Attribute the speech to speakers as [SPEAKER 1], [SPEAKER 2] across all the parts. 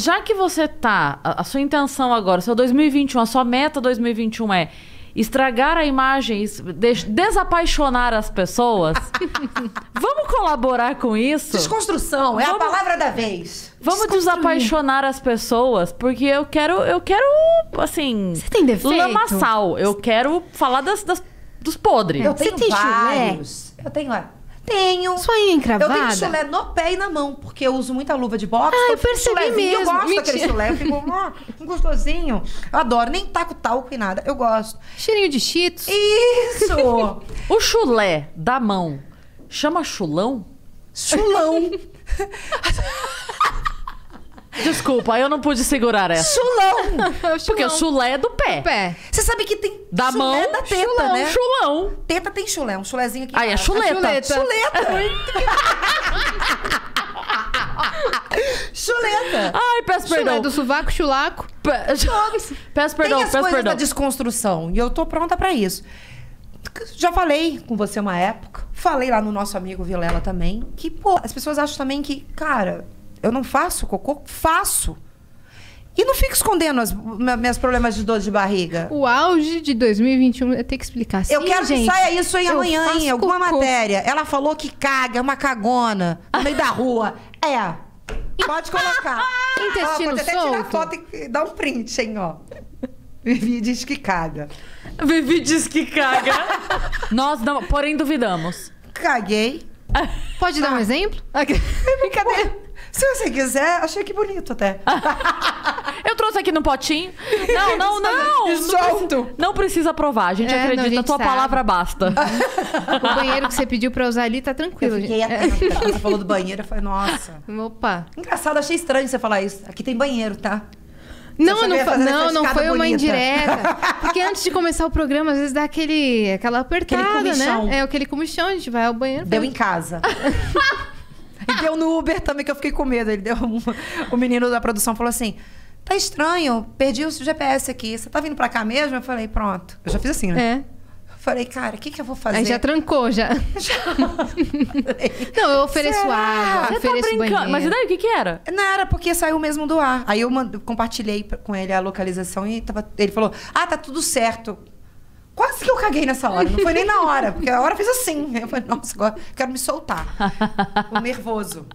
[SPEAKER 1] Já que você tá, a a sua intenção agora, seu 2021, a sua meta 2021 é estragar a imagem, es- des- desapaixonar as pessoas, vamos colaborar com isso?
[SPEAKER 2] Desconstrução, é
[SPEAKER 1] Vamos-
[SPEAKER 2] a palavra da vez.
[SPEAKER 1] Vamos desapaixonar as pessoas, porque eu quero, eu quero, assim,
[SPEAKER 3] Você tem defeito?
[SPEAKER 1] lamaçal. Eu quero falar das, das- dos podres.
[SPEAKER 2] Eu
[SPEAKER 3] É. Você
[SPEAKER 2] tenho
[SPEAKER 3] tem chulé?
[SPEAKER 2] vários. Eu tenho, é. Tenho.
[SPEAKER 3] Sua unha encravada?
[SPEAKER 2] Eu tenho chulé no pé e na mão, porque eu uso muita luva de boxe. então
[SPEAKER 3] Ah, eu
[SPEAKER 2] fica
[SPEAKER 3] percebi
[SPEAKER 2] um chulézinho,
[SPEAKER 3] mesmo.
[SPEAKER 2] Eu gosto daquele
[SPEAKER 3] Mentira.
[SPEAKER 2] chulé. Eu fico, "Ah, que gostosinho. Eu adoro. Nem taco talco e nada. Eu gosto.
[SPEAKER 3] Cheirinho de cheetos.
[SPEAKER 2] Isso!
[SPEAKER 1] O chulé da mão chama chulão?
[SPEAKER 2] Chulão.
[SPEAKER 1] Desculpa, eu não pude segurar essa.
[SPEAKER 2] Chulão.
[SPEAKER 1] Porque o
[SPEAKER 3] chulão.
[SPEAKER 1] chulé é do pé.
[SPEAKER 3] Pé.
[SPEAKER 2] Você sabe que tem
[SPEAKER 1] Da
[SPEAKER 2] chulé
[SPEAKER 1] mão,
[SPEAKER 2] da teta,
[SPEAKER 1] chulão,
[SPEAKER 2] né?
[SPEAKER 1] chulão.
[SPEAKER 2] Teta tem chulé. Um chulézinho aqui.
[SPEAKER 1] Aí é
[SPEAKER 2] embaixo.
[SPEAKER 1] chuleta.
[SPEAKER 3] chuleta.
[SPEAKER 2] Chuleta. Chuleta.
[SPEAKER 1] Ai, peço
[SPEAKER 3] Chulé
[SPEAKER 1] perdão.
[SPEAKER 3] do sovaco, chulaco.
[SPEAKER 1] Pe- Peço perdão,
[SPEAKER 2] tem as
[SPEAKER 1] peço
[SPEAKER 2] coisas
[SPEAKER 1] perdão.
[SPEAKER 2] da desconstrução. E eu tô pronta pra isso. Já falei com você uma época. Falei lá no nosso amigo Vilela também. Que, pô, as pessoas acham também que, cara, eu não faço cocô? Faço. E não fico escondendo as me- meus problemas de dor de barriga.
[SPEAKER 3] O auge de 2021 é ter que explicar.
[SPEAKER 2] Eu
[SPEAKER 3] Sim,
[SPEAKER 2] quero
[SPEAKER 3] gente,
[SPEAKER 2] que saia isso em
[SPEAKER 3] eu
[SPEAKER 2] amanhã, em
[SPEAKER 3] faço
[SPEAKER 2] alguma
[SPEAKER 3] cocô.
[SPEAKER 2] matéria. Ela falou que caga, é uma cagona, no meio da rua. É. Pode colocar.
[SPEAKER 3] Intestino
[SPEAKER 2] ó, pode até tirar
[SPEAKER 3] solto.
[SPEAKER 2] foto e dar um print, hein, ó. Vivi diz que caga.
[SPEAKER 1] Vivi diz que caga. Nós, não, porém, duvidamos.
[SPEAKER 2] Caguei.
[SPEAKER 3] Pode
[SPEAKER 2] Ah.
[SPEAKER 3] dar um exemplo?
[SPEAKER 2] Brincadeira. Se você quiser, achei que bonito até.
[SPEAKER 1] Eu trouxe aqui no potinho. Não, não, não.
[SPEAKER 2] E
[SPEAKER 1] Não preci-
[SPEAKER 2] tá solto.
[SPEAKER 1] Não precisa provar, a gente
[SPEAKER 3] É, não, a
[SPEAKER 1] acredita.
[SPEAKER 3] gente
[SPEAKER 1] a tua
[SPEAKER 3] sabe.
[SPEAKER 1] palavra basta.
[SPEAKER 3] o banheiro que você pediu pra usar ali tá tranquilo.
[SPEAKER 2] Eu fiquei
[SPEAKER 3] gente. É.
[SPEAKER 2] atenta. Quando você falou do banheiro, eu falei, nossa.
[SPEAKER 3] Opa.
[SPEAKER 2] Engraçado, achei estranho você falar isso. Aqui tem banheiro, tá?
[SPEAKER 3] Não,
[SPEAKER 2] sabia
[SPEAKER 3] não, foi,
[SPEAKER 2] fazer essa
[SPEAKER 3] não, não
[SPEAKER 2] escada
[SPEAKER 3] foi uma
[SPEAKER 2] bonita.
[SPEAKER 3] indireta. Porque antes de começar o programa, às vezes dá aquele, aquela apertada,
[SPEAKER 2] comichão.
[SPEAKER 3] né? É aquele comichão, a gente vai ao banheiro. tá?
[SPEAKER 2] Deu em casa. e deu no Uber também, que eu fiquei com medo. Ele deu um- O menino da produção falou assim: tá estranho, perdi o GPS aqui. Você tá vindo pra cá mesmo? Eu falei, pronto. Eu já fiz assim, né?
[SPEAKER 3] É.
[SPEAKER 2] Eu Falei, cara, o que, que eu vou fazer?
[SPEAKER 3] Aí já trancou, já. não, eu ofereço
[SPEAKER 2] Será?
[SPEAKER 3] água,
[SPEAKER 1] Você tá
[SPEAKER 3] ofereço
[SPEAKER 1] brincando.
[SPEAKER 3] um banheiro.
[SPEAKER 1] Mas e daí, o que que era?
[SPEAKER 2] Não, era porque saiu mesmo do ar. Aí eu mand- compartilhei pra- com ele a localização e tava- ele falou: Ah, tá tudo certo. Quase que eu caguei nessa hora. Não foi nem na hora, porque a hora fez assim. Eu falei, nossa, agora quero me soltar. Tô nervoso.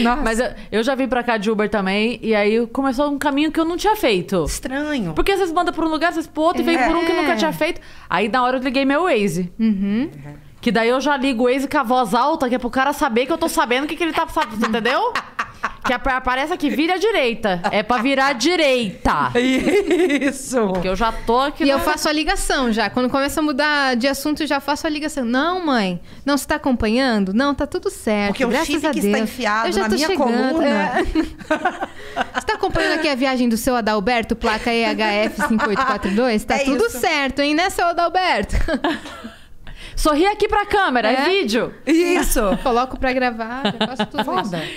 [SPEAKER 2] Nossa,
[SPEAKER 1] Mas eu, eu já vim pra cá de Uber também, e aí começou um caminho que eu não tinha feito.
[SPEAKER 2] estranho.
[SPEAKER 1] Porque vocês mandam por um lugar, vocês pro outro, e vem por um que
[SPEAKER 3] É.
[SPEAKER 1] eu nunca tinha feito. Aí na hora eu liguei meu Waze.
[SPEAKER 3] Uhum.
[SPEAKER 1] Que daí eu já ligo o Waze com a voz alta, que é pro cara saber que eu tô sabendo o que, que ele tá sabendo, entendeu? Que ap- aparece aqui, vira à direita. É pra virar à direita.
[SPEAKER 2] Isso.
[SPEAKER 1] Que eu já tô aqui.
[SPEAKER 3] E
[SPEAKER 1] no-
[SPEAKER 3] eu
[SPEAKER 2] é
[SPEAKER 3] faço a ligação já. Quando começa a mudar de assunto, eu já faço a ligação. Não, mãe. Não, você tá acompanhando? Não, tá tudo certo.
[SPEAKER 2] Porque o
[SPEAKER 3] graças
[SPEAKER 2] chip
[SPEAKER 3] a
[SPEAKER 2] que
[SPEAKER 3] Deus.
[SPEAKER 2] está enfiado
[SPEAKER 3] eu já
[SPEAKER 2] na
[SPEAKER 3] tô
[SPEAKER 2] minha
[SPEAKER 3] chegando.
[SPEAKER 2] coluna.
[SPEAKER 3] É. você tá acompanhando aqui a viagem do seu Adalberto, placa EHF5842? Tá
[SPEAKER 2] É
[SPEAKER 3] tudo
[SPEAKER 2] isso.
[SPEAKER 3] certo, hein, né, seu Adalberto?
[SPEAKER 1] Sorri aqui pra câmera, é,
[SPEAKER 3] É?
[SPEAKER 1] vídeo.
[SPEAKER 2] Isso.
[SPEAKER 3] Coloco pra gravar, eu faço tudo isso.
[SPEAKER 2] Foda.